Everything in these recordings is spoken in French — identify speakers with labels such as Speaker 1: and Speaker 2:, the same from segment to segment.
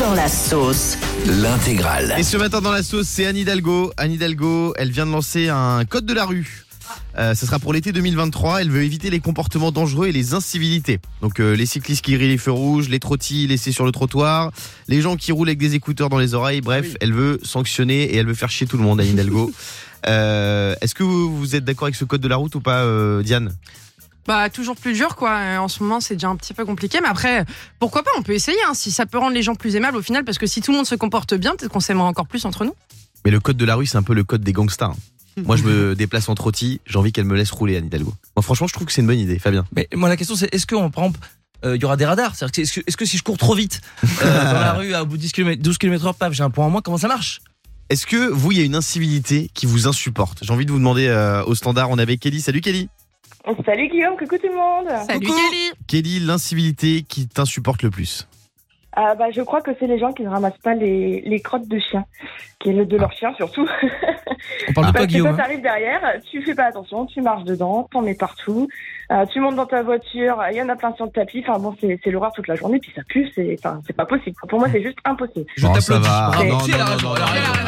Speaker 1: Dans la sauce.
Speaker 2: L'intégrale.
Speaker 3: Et ce matin dans la sauce, c'est Anne Hidalgo. Anne Hidalgo, elle vient de lancer un code de la rue. Euh, ce sera pour l'été 2023. Elle veut éviter les comportements dangereux et les incivilités. Donc euh, les cyclistes qui grillent les feux rouges, les trottis laissés sur le trottoir, les gens qui roulent avec des écouteurs dans les oreilles. Bref, elle veut sanctionner et elle veut faire chier tout le monde, Anne Hidalgo. Euh, Est-ce que vous, vous êtes d'accord avec ce code de la route ou pas, euh, Diane
Speaker 4: Bah, toujours plus dur, quoi. Euh, En ce moment, c'est déjà un petit peu compliqué. Mais après, pourquoi pas On peut essayer, hein, si ça peut rendre les gens plus aimables au final. Parce que si tout le monde se comporte bien, peut-être qu'on s'aimera encore plus entre nous.
Speaker 3: Mais le code de la rue, c'est un peu le code des gangsters. Moi, je me déplace en trottis. J'ai envie qu'elle me laisse rouler, Anne Hidalgo. Moi, franchement, je trouve que c'est une bonne idée, Fabien.
Speaker 5: Mais moi, la question, c'est est-ce que, on, par exemple, euh, il y aura des radars C'est-à-dire que, Est-ce que, est-ce que si je cours trop vite euh, dans la rue, à bout de 10 km, 12 km heure, paf, j'ai un point en moins, comment ça marche
Speaker 3: Est-ce que vous, il y a une incivilité qui vous insupporte J'ai envie de vous demander euh, au standard. On est avec Kelly. Salut Kelly.
Speaker 6: Euh, Salut Guillaume, coucou tout le monde.
Speaker 4: Salut
Speaker 3: Coucou.
Speaker 4: Kelly
Speaker 3: Kelly, l'incivilité qui t'insupporte le plus
Speaker 6: Ah bah, je crois que c'est les gens qui ne ramassent pas les, les crottes de chiens, qui est de leur chien surtout.
Speaker 5: On parle de quoi,
Speaker 6: Parce que
Speaker 5: Ah. Guillaume
Speaker 6: toi,
Speaker 5: hein
Speaker 6: t'arrives derrière, tu fais pas attention, tu marches dedans, t'en mets partout, euh, tu montes dans ta voiture, il y en a plein sur le tapis. Enfin bon, c'est c'est l'horreur toute la journée, puis ça pue, c'est enfin, c'est pas possible. Pour moi, c'est juste impossible.
Speaker 5: Je
Speaker 3: Non,
Speaker 5: tape
Speaker 3: ça
Speaker 5: le-
Speaker 3: va.
Speaker 5: Bravo.
Speaker 3: Non,
Speaker 5: Si, elle a
Speaker 3: non,
Speaker 5: raison,
Speaker 3: non,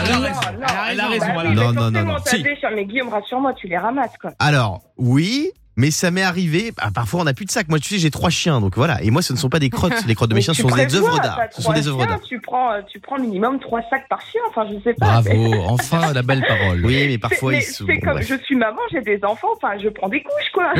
Speaker 5: elle a
Speaker 3: non,
Speaker 5: raison, elle a raison.
Speaker 4: non, non,
Speaker 6: non,
Speaker 4: elle a raison,
Speaker 6: bah
Speaker 4: elle a
Speaker 6: oui,
Speaker 3: raison. Non, non,
Speaker 6: mais
Speaker 3: non,
Speaker 6: forcément,
Speaker 3: non.
Speaker 6: t'as
Speaker 5: Si.
Speaker 6: des chiens, mais Guillaume, rassure-moi, tu les ramasses quoi.
Speaker 3: Alors, oui. Mais ça m'est arrivé, bah, parfois on n'a plus de sac. Moi, tu sais, j'ai trois chiens, donc voilà. Et moi, ce ne sont pas des crottes. Les crottes de mes
Speaker 6: Mais
Speaker 3: chiens
Speaker 6: tu
Speaker 3: sont des
Speaker 6: prévois,
Speaker 3: œuvres d'art.
Speaker 6: t'as
Speaker 3: Ce sont
Speaker 6: trois
Speaker 3: des œuvres
Speaker 6: chiens,
Speaker 3: d'art.
Speaker 6: Tu prends, euh, tu prends minimum trois sacs par chien, enfin je sais pas. mais-
Speaker 5: Bravo, enfin la belle parole.
Speaker 3: Oui, mais
Speaker 6: C'est-
Speaker 3: parfois
Speaker 6: mais
Speaker 3: ils sont.
Speaker 6: c'est comme
Speaker 3: bref.
Speaker 6: je suis maman, j'ai des enfants, enfin je prends des couches quoi.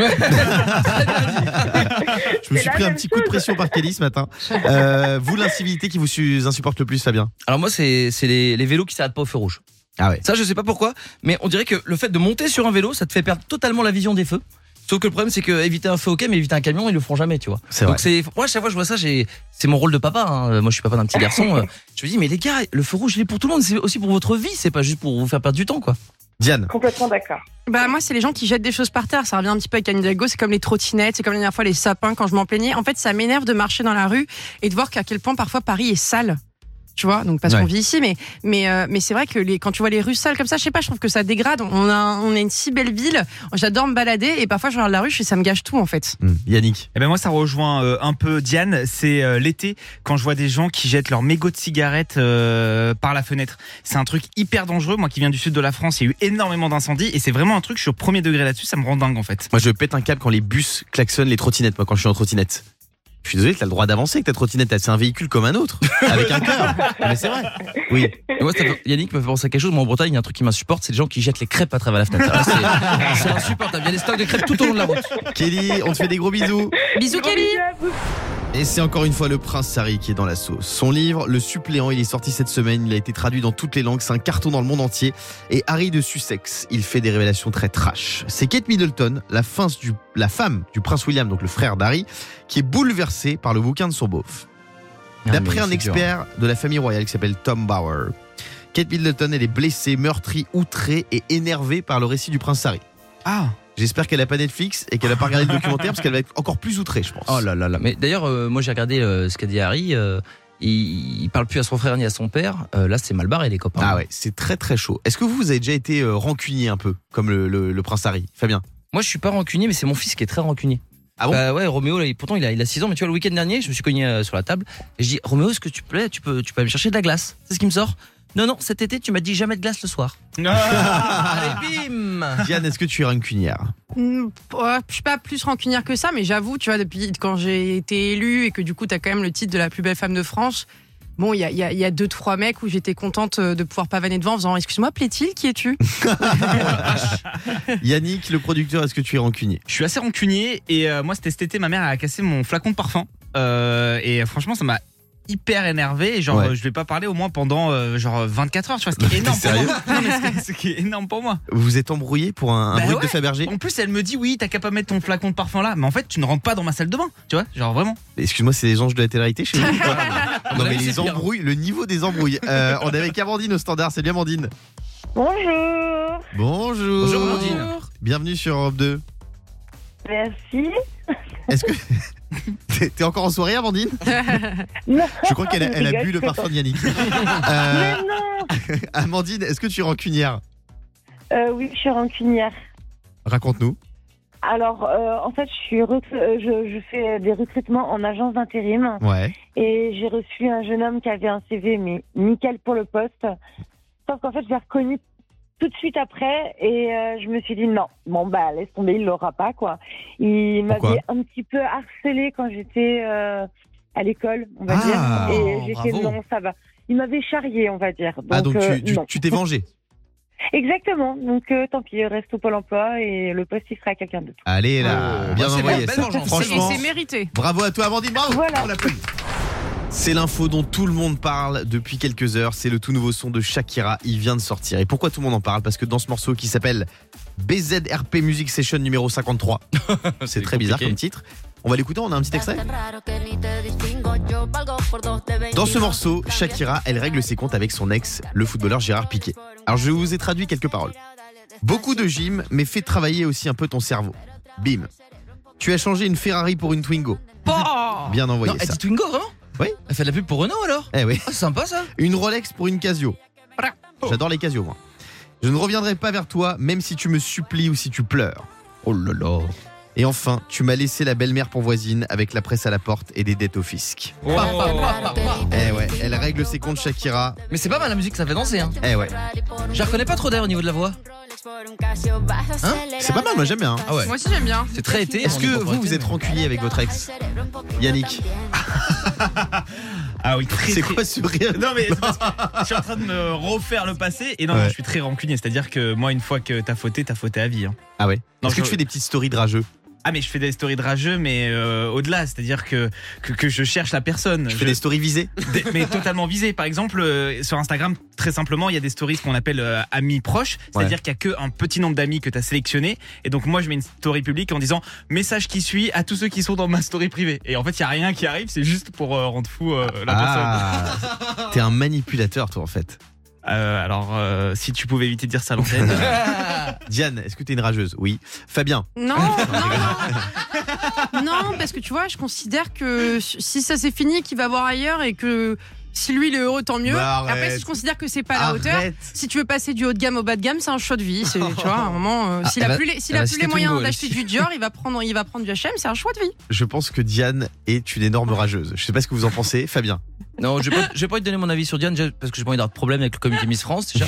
Speaker 3: Je me
Speaker 6: c'est
Speaker 3: suis
Speaker 6: la
Speaker 3: pris un
Speaker 6: même
Speaker 3: petit coup de
Speaker 6: chose.
Speaker 3: pression par Kelly ce matin. Euh, vous, l'incivilité qui vous su- insupporte le plus, Fabien
Speaker 5: Alors moi, c'est c'est les, les vélos qui s'arrêtent pas au feu rouge.
Speaker 3: Ah ouais.
Speaker 5: Ça, je sais pas pourquoi, mais on dirait que le fait de monter sur un vélo, ça te fait perdre totalement la vision des feux. Sauf que le problème, c'est que éviter un feu, ok, mais éviter un camion, ils le feront jamais, tu vois.
Speaker 3: C'est vrai.
Speaker 5: Donc c'est moi à chaque fois que je vois ça, j'ai c'est mon rôle de papa. hein. Moi je suis papa d'un petit garçon. euh, je me dis mais les gars, le feu rouge il est pour tout le monde, c'est aussi pour votre vie, c'est pas juste pour vous faire perdre du temps quoi.
Speaker 3: Diane.
Speaker 6: Complètement d'accord.
Speaker 4: Bah, moi, c'est les gens qui jettent des choses par terre. Ça revient un petit peu avec Anne Hidalgo. C'est comme les trottinettes, c'est comme la dernière fois les sapins quand je m'en plaignais. En fait, ça m'énerve de marcher dans la rue et de voir qu'à quel point parfois Paris est sale. Tu vois, donc parce
Speaker 3: Ouais.
Speaker 4: qu'on vit ici, mais mais euh, mais c'est vrai que les, quand tu vois les rues sales comme ça, je sais pas, je trouve que ça dégrade. On a on a une si belle ville. J'adore me balader et parfois je regarde la rue, je fais, ça me gâche tout en fait.
Speaker 3: Hmm, Yannick.
Speaker 7: Eh ben moi ça rejoint euh, un peu Diane, c'est euh, l'été quand je vois des gens qui jettent leurs mégots de cigarettes euh, par la fenêtre. C'est un truc hyper dangereux, moi qui viens du sud de la France, il y a eu énormément d'incendies et c'est vraiment un truc, je suis au premier degré là-dessus, ça me rend dingue en fait.
Speaker 3: Moi, je pète un câble quand les bus klaxonnent les trottinettes, moi, quand je suis en trottinette. Je suis désolé, t'as le droit d'avancer avec ta trottinette, c'est un véhicule comme un autre, avec un câble. Non, Mais c'est vrai. Oui.
Speaker 5: Et moi ça me- Yannick me fait penser à quelque chose. Moi en Bretagne il y a un truc qui m'insupporte, c'est les gens qui jettent les crêpes à travers la fenêtre. Alors, C'est c'est insupportable. Il y a des stocks de crêpes tout au long de la route.
Speaker 3: Kelly, on te fait des gros bisous.
Speaker 4: Bisous
Speaker 6: Gros
Speaker 4: Kelly.
Speaker 6: bisous à vous.
Speaker 3: Et c'est encore une fois le prince Harry qui est dans la sauce. Son livre, Le suppléant, il est sorti cette semaine. Il a été traduit dans toutes les langues. C'est un carton dans le monde entier. Et Harry de Sussex, il fait des révélations très trash. C'est Kate Middleton, la, fin du- la femme du prince William, donc le frère d'Harry, qui est bouleversée par le bouquin de son beauf.
Speaker 5: Ah,
Speaker 3: D'après un
Speaker 5: hein.
Speaker 3: expert de la famille royale qui s'appelle Tom Bauer, Kate Middleton, elle est blessée, meurtrie, outrée et énervée par le récit du prince Harry.
Speaker 7: Ah,
Speaker 3: J'espère qu'elle a pas Netflix et qu'elle a pas regardé le documentaire parce qu'elle va être encore plus outrée, je pense.
Speaker 5: Oh là là là. Mais d'ailleurs euh, moi j'ai regardé euh, ce qu'a dit Harry. euh, il, il parle plus à son frère ni à son père. Euh, là c'est mal barré les copains.
Speaker 3: Ah ouais, c'est très très chaud. Est-ce que vous, vous avez déjà été euh, rancunier un peu, comme le, le- le prince Harry Fabien
Speaker 5: Moi je suis pas rancunier mais c'est mon fils qui est très rancunier.
Speaker 3: Ah bon
Speaker 5: Bah ouais, Roméo, là, il- pourtant il a, il a 6 ans, mais tu vois, le week-end dernier, je me suis cogné euh, sur la table et je dis Roméo, est-ce que tu plais, tu peux, tu peux aller me chercher de la glace C'est ce qui me sort Non, non, cet été, tu m'as dit jamais de glace le soir.
Speaker 7: Ah.
Speaker 3: Ah.
Speaker 5: Allez, bim
Speaker 3: Diane, est-ce que tu es rancunière
Speaker 4: Hmm, ouais, Je suis pas plus rancunière que ça, mais j'avoue, tu vois, depuis quand j'ai été élue et que du coup, t'as quand même le titre de la plus belle femme de France. Bon, il y a, il y a- il y a deux, trois mecs où j'étais contente euh, de pouvoir pavaner devant en faisant Excuse-moi, plaît-il, qui es-tu
Speaker 3: Yannick, le producteur, est-ce que tu es rancunier
Speaker 7: je suis assez rancunier et euh, moi c'était cet été, ma mère a cassé mon flacon de parfum Euh, et euh, franchement ça m'a hyper énervé et genre
Speaker 3: Ouais.
Speaker 7: euh, je vais pas parler au moins pendant euh, genre 24 heures, tu vois, ce qui est énorme pour
Speaker 3: sérieux
Speaker 7: moi. Non, mais ce qui- ce qui est énorme pour moi.
Speaker 3: Vous êtes embrouillé pour un, un
Speaker 7: Bah
Speaker 3: bruit
Speaker 7: ouais.
Speaker 3: de Fabergé
Speaker 7: En plus, elle me dit oui, t'as qu'à pas mettre ton flacon de parfum là, mais en fait, tu ne rentres pas dans ma salle de bain, tu vois, genre vraiment.
Speaker 3: Excuse-moi, c'est les anges de la télé-réalité chez vous ou quoi Non mais
Speaker 5: avis,
Speaker 3: les
Speaker 5: c'est pire.
Speaker 3: embrouilles, le niveau des embrouilles. Euh, on est avec Amandine au standard, c'est bien Amandine
Speaker 6: Bonjour.
Speaker 3: Bonjour
Speaker 5: Bonjour, Amandine.
Speaker 3: Bienvenue sur Europe 2.
Speaker 6: Merci.
Speaker 3: Est-ce que... T'es- T'es encore en soirée Amandine
Speaker 6: Non.
Speaker 3: Je crois qu'elle a, elle a
Speaker 6: Je rigole,
Speaker 3: bu le
Speaker 6: je
Speaker 3: parfum de Yannick. Euh,
Speaker 6: Mais non.
Speaker 3: Amandine, est-ce que tu es rancunière
Speaker 6: Euh, oui, je suis rancunière.
Speaker 3: Raconte-nous.
Speaker 2: Alors, euh, en fait, je, suis recru- euh, je, je fais des recrutements en agence d'intérim
Speaker 3: Ouais.
Speaker 2: et j'ai reçu un jeune homme qui avait un CV, mais nickel pour le poste. Sauf qu'en fait, je l'ai reconnu tout de suite après et euh, je me suis dit non, bon, bah, laisse tomber, il l'aura pas, quoi. Il
Speaker 3: Pourquoi
Speaker 2: m'avait un petit peu harcelé quand j'étais euh, à l'école, on va
Speaker 3: Ah,
Speaker 2: dire. Et j'ai fait
Speaker 5: bravo.
Speaker 2: non, ça va. Il m'avait charrié, on va dire.
Speaker 3: Ah, donc
Speaker 2: euh,
Speaker 3: tu- tu
Speaker 2: non.
Speaker 3: tu t'es vengé.
Speaker 2: Exactement. Donc, euh, tant pis, reste au Pôle emploi et le poste, il sera à quelqu'un d'autre.
Speaker 3: Allez là,
Speaker 5: Oh,
Speaker 3: bien
Speaker 5: bah, c'est
Speaker 3: envoyé.
Speaker 5: bien, belle
Speaker 3: ça.
Speaker 5: vengeance.
Speaker 3: Franchement,
Speaker 4: Et c'est mérité.
Speaker 3: bravo à toi Amandine, bravo
Speaker 2: Voilà.
Speaker 3: On l'applaudit. C'est l'info dont tout le monde parle depuis quelques heures, c'est le tout nouveau son de Shakira, il vient de sortir. Et pourquoi tout le monde en parle Parce que dans ce morceau qui s'appelle BZRP Music Session numéro 53, c'est très bizarre comme titre, on va l'écouter, on a
Speaker 5: Bah,
Speaker 3: un petit extrait. Dans ce morceau, Shakira, elle règle ses comptes avec son ex, le footballeur Gérard Piquet. Alors je vous ai traduit quelques paroles. Beaucoup de gym, mais fais travailler aussi un peu ton cerveau. Bim. Tu as changé une Ferrari pour une Twingo.
Speaker 4: Bon.
Speaker 3: Bien envoyé
Speaker 5: non, elle
Speaker 3: ça.
Speaker 5: dit Twingo, vraiment
Speaker 3: Oui.
Speaker 5: Elle fait de la pub pour Renault alors
Speaker 3: Eh oui.
Speaker 5: Ah, c'est sympa ça
Speaker 3: Une Rolex pour une Casio.
Speaker 5: Voilà.
Speaker 3: J'adore les Casio, moi. Je ne reviendrai pas vers toi, même si tu me supplies ou si tu pleures. Oh là là. Et enfin, tu m'as laissé la belle-mère pour voisine avec la presse à la porte et des dettes au fisc.
Speaker 5: Pa, pa, pa, pa, pa.
Speaker 3: Eh ouais, elle règle ses comptes Shakira.
Speaker 5: Mais c'est pas mal la musique, ça fait danser. Hein.
Speaker 3: Eh ouais.
Speaker 5: Je la reconnais pas trop d'ailleurs au niveau de la voix. Hein
Speaker 3: C'est pas mal, moi j'aime bien. hein.
Speaker 5: Ah ouais.
Speaker 4: Moi aussi j'aime bien.
Speaker 5: C'est très été.
Speaker 3: Est-ce
Speaker 5: on
Speaker 3: que
Speaker 5: est pas
Speaker 3: vous, vous
Speaker 5: été,
Speaker 3: êtes
Speaker 5: mais-
Speaker 3: rancunier avec votre ex Yannick
Speaker 7: Ah oui, très,
Speaker 3: C'est
Speaker 7: très-
Speaker 3: quoi ce rire
Speaker 7: Non mais c'est parce que je suis en train de me refaire le passé et non, non,
Speaker 3: Ouais.
Speaker 7: je suis très rancunier, c'est-à-dire que moi une fois que t'as fauté, t'as fauté à vie. hein.
Speaker 3: Ah ouais
Speaker 7: Non,
Speaker 3: Est-ce que
Speaker 7: je-
Speaker 3: tu fais des petites stories de rageux
Speaker 7: Ah mais je fais des stories de rageux mais euh, au-delà, c'est-à-dire que, que que je cherche la personne.
Speaker 3: Tu
Speaker 7: Je-
Speaker 3: fais des stories visées
Speaker 7: Des- mais totalement visé. Par exemple, euh, sur Instagram, très simplement, il y a des stories qu'on appelle euh, amis proches, c'est-à-dire qu'il n'y a qu'un petit nombre d'amis que tu as sélectionné. Et donc, moi, je mets une story publique en disant message qui suit à tous ceux qui sont dans ma story privée. Et en fait, il n'y a rien qui arrive, c'est juste pour euh, rendre fou euh, la personne.
Speaker 3: Ah T'es un manipulateur, toi, en fait.
Speaker 7: Euh, alors, euh, si tu pouvais éviter de dire ça à l'antenne. euh,
Speaker 5: Ah,
Speaker 3: Diane, est-ce que t'es une rageuse Oui. Fabien
Speaker 4: Non, non, non. Non, parce que tu vois, je considère que si ça c'est fini, qu'il va voir ailleurs et que si lui il est heureux, tant mieux.
Speaker 3: Bah, arrête.
Speaker 4: Après, si je considère que c'est pas à la hauteur,
Speaker 3: Arrête
Speaker 4: si tu veux passer du haut de gamme au bas de gamme, c'est un choix de vie. C'est, tu vois, à un moment, euh,
Speaker 5: Ah,
Speaker 4: s'il
Speaker 5: elle
Speaker 4: a
Speaker 5: va-
Speaker 4: plus les, s'il
Speaker 5: elle va
Speaker 4: a plus
Speaker 5: citer
Speaker 4: les moyens
Speaker 5: Twingo, elle.
Speaker 4: d'acheter du Dior, il va prendre, il va prendre du H&M. C'est un choix de vie.
Speaker 3: Je pense que Diane est une énorme rageuse. Je sais pas ce que vous en pensez, Fabien.
Speaker 5: non, je vais, pas, je vais pas te donner mon avis sur Diane déjà, parce que j'ai pas envie d'avoir de problème avec le comité Miss France déjà.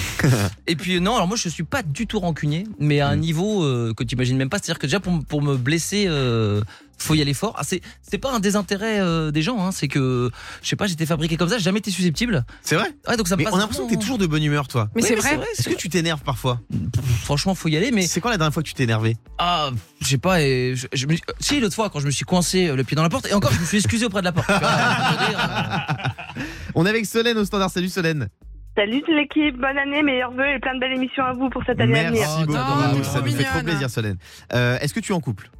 Speaker 5: Et puis non, alors moi je suis pas du tout rancunier, mais à un
Speaker 3: Mm.
Speaker 5: niveau euh, que tu imagines même pas. C'est-à-dire que déjà pour, m- pour me blesser, euh, faut y aller fort. Ah, c'est c'est pas un désintérêt euh, des gens, hein, c'est que je sais pas, j'étais fabriqué comme ça, j'ai jamais été susceptible.
Speaker 3: C'est vrai
Speaker 5: Ouais, donc ça me
Speaker 3: Mais
Speaker 5: passe
Speaker 3: on a l'impression que t'es
Speaker 5: vraiment-
Speaker 3: toujours de bonne humeur, toi.
Speaker 4: Mais
Speaker 5: Oui,
Speaker 4: c'est vrai.
Speaker 5: c'est
Speaker 3: Est-ce que tu t'énerves parfois
Speaker 5: Franchement, faut y aller, mais
Speaker 3: C'est quand la dernière fois que tu t'es énervé
Speaker 5: Ah, je sais pas. Et je, je me- si l'autre fois quand je me suis coincé euh, le pied dans la porte et encore je me suis excusé auprès de la porte. Tu vois, je veux dire, euh,
Speaker 3: On est avec Solène au standard. Salut Solène.
Speaker 6: Salut l'équipe, bonne année, meilleurs vœux et plein de belles émissions à vous pour cette année à venir.
Speaker 3: Merci
Speaker 5: Oh,
Speaker 3: beaucoup.
Speaker 5: t'es trop
Speaker 3: ça nous fait
Speaker 4: mignonne.
Speaker 3: trop plaisir, Solène. Euh, Est-ce que tu es en couple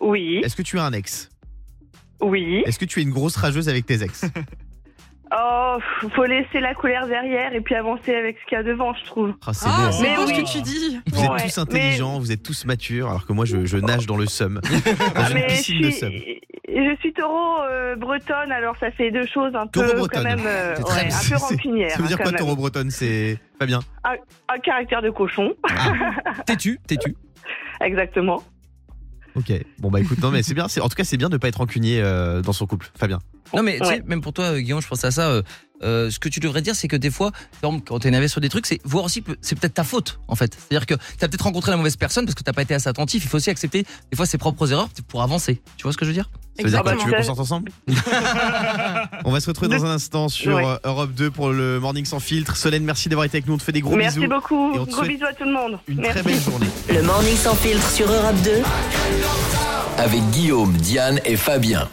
Speaker 6: Oui,
Speaker 3: Est-ce que tu as un ex
Speaker 6: oui.
Speaker 3: Est-ce que tu es une grosse rageuse avec tes ex
Speaker 6: Oh, f- faut laisser la colère derrière et puis avancer avec ce qu'il y a devant, je trouve.
Speaker 3: Ah, C'est
Speaker 4: Ah,
Speaker 3: beau.
Speaker 4: c'est
Speaker 6: Mais
Speaker 4: beau ce
Speaker 6: oui.
Speaker 4: que tu dis.
Speaker 3: Vous êtes
Speaker 6: Ouais,
Speaker 3: tous intelligents, vous êtes tous matures, alors que moi je, je nage dans le seum. Dans une
Speaker 6: Ah, Mais je
Speaker 3: piscine Ah, de
Speaker 6: suis,
Speaker 3: seum.
Speaker 6: je suis taureau euh, bretonne, alors ça fait deux choses un peu
Speaker 3: Taureau bretonne.
Speaker 6: quand même, euh,
Speaker 5: C'est très
Speaker 6: ouais,
Speaker 5: bien.
Speaker 6: un peu rancunière.
Speaker 3: Ça veut
Speaker 6: hein,
Speaker 3: dire
Speaker 6: quand
Speaker 3: quoi,
Speaker 6: même.
Speaker 3: Taureau Bretonne C'est Fabien.
Speaker 6: Un caractère de cochon,
Speaker 5: Têtu, têtu.
Speaker 6: exactement.
Speaker 3: Ok. Bon bah écoute, non mais c'est bien. c'est- En tout cas, c'est bien de pas être rancunier euh, dans son couple, Fabien.
Speaker 5: Non mais tu sais,
Speaker 6: Ouais.
Speaker 5: même pour toi euh, Guillaume, je pensais à ça. euh, euh, ce que tu devrais dire, c'est que des fois, par exemple, quand t'es navé sur des trucs, c'est voir aussi que c'est peut-être ta faute en fait. C'est-à-dire que t'as peut-être rencontré la mauvaise personne parce que t'as pas été assez attentif. Il faut aussi accepter des fois ses propres erreurs pour avancer. Tu vois ce que je veux dire
Speaker 3: Ça veut dire quoi
Speaker 6: Exactement.
Speaker 3: Tu veux qu'on sorte ensemble On va se retrouver dans un instant sur
Speaker 6: Ouais.
Speaker 3: euh, Europe 2 pour le Morning sans filtre. Solène, merci d'avoir été avec nous. On te fait des gros
Speaker 6: Merci
Speaker 3: bisous.
Speaker 6: beaucoup,
Speaker 3: Et on
Speaker 6: gros
Speaker 3: te souhaite
Speaker 6: bisous à tout le monde.
Speaker 3: Une
Speaker 6: Merci.
Speaker 3: très belle journée.
Speaker 1: Le morning sans filtre sur Europe 2.
Speaker 8: Avec Guillaume, Diane et Fabien.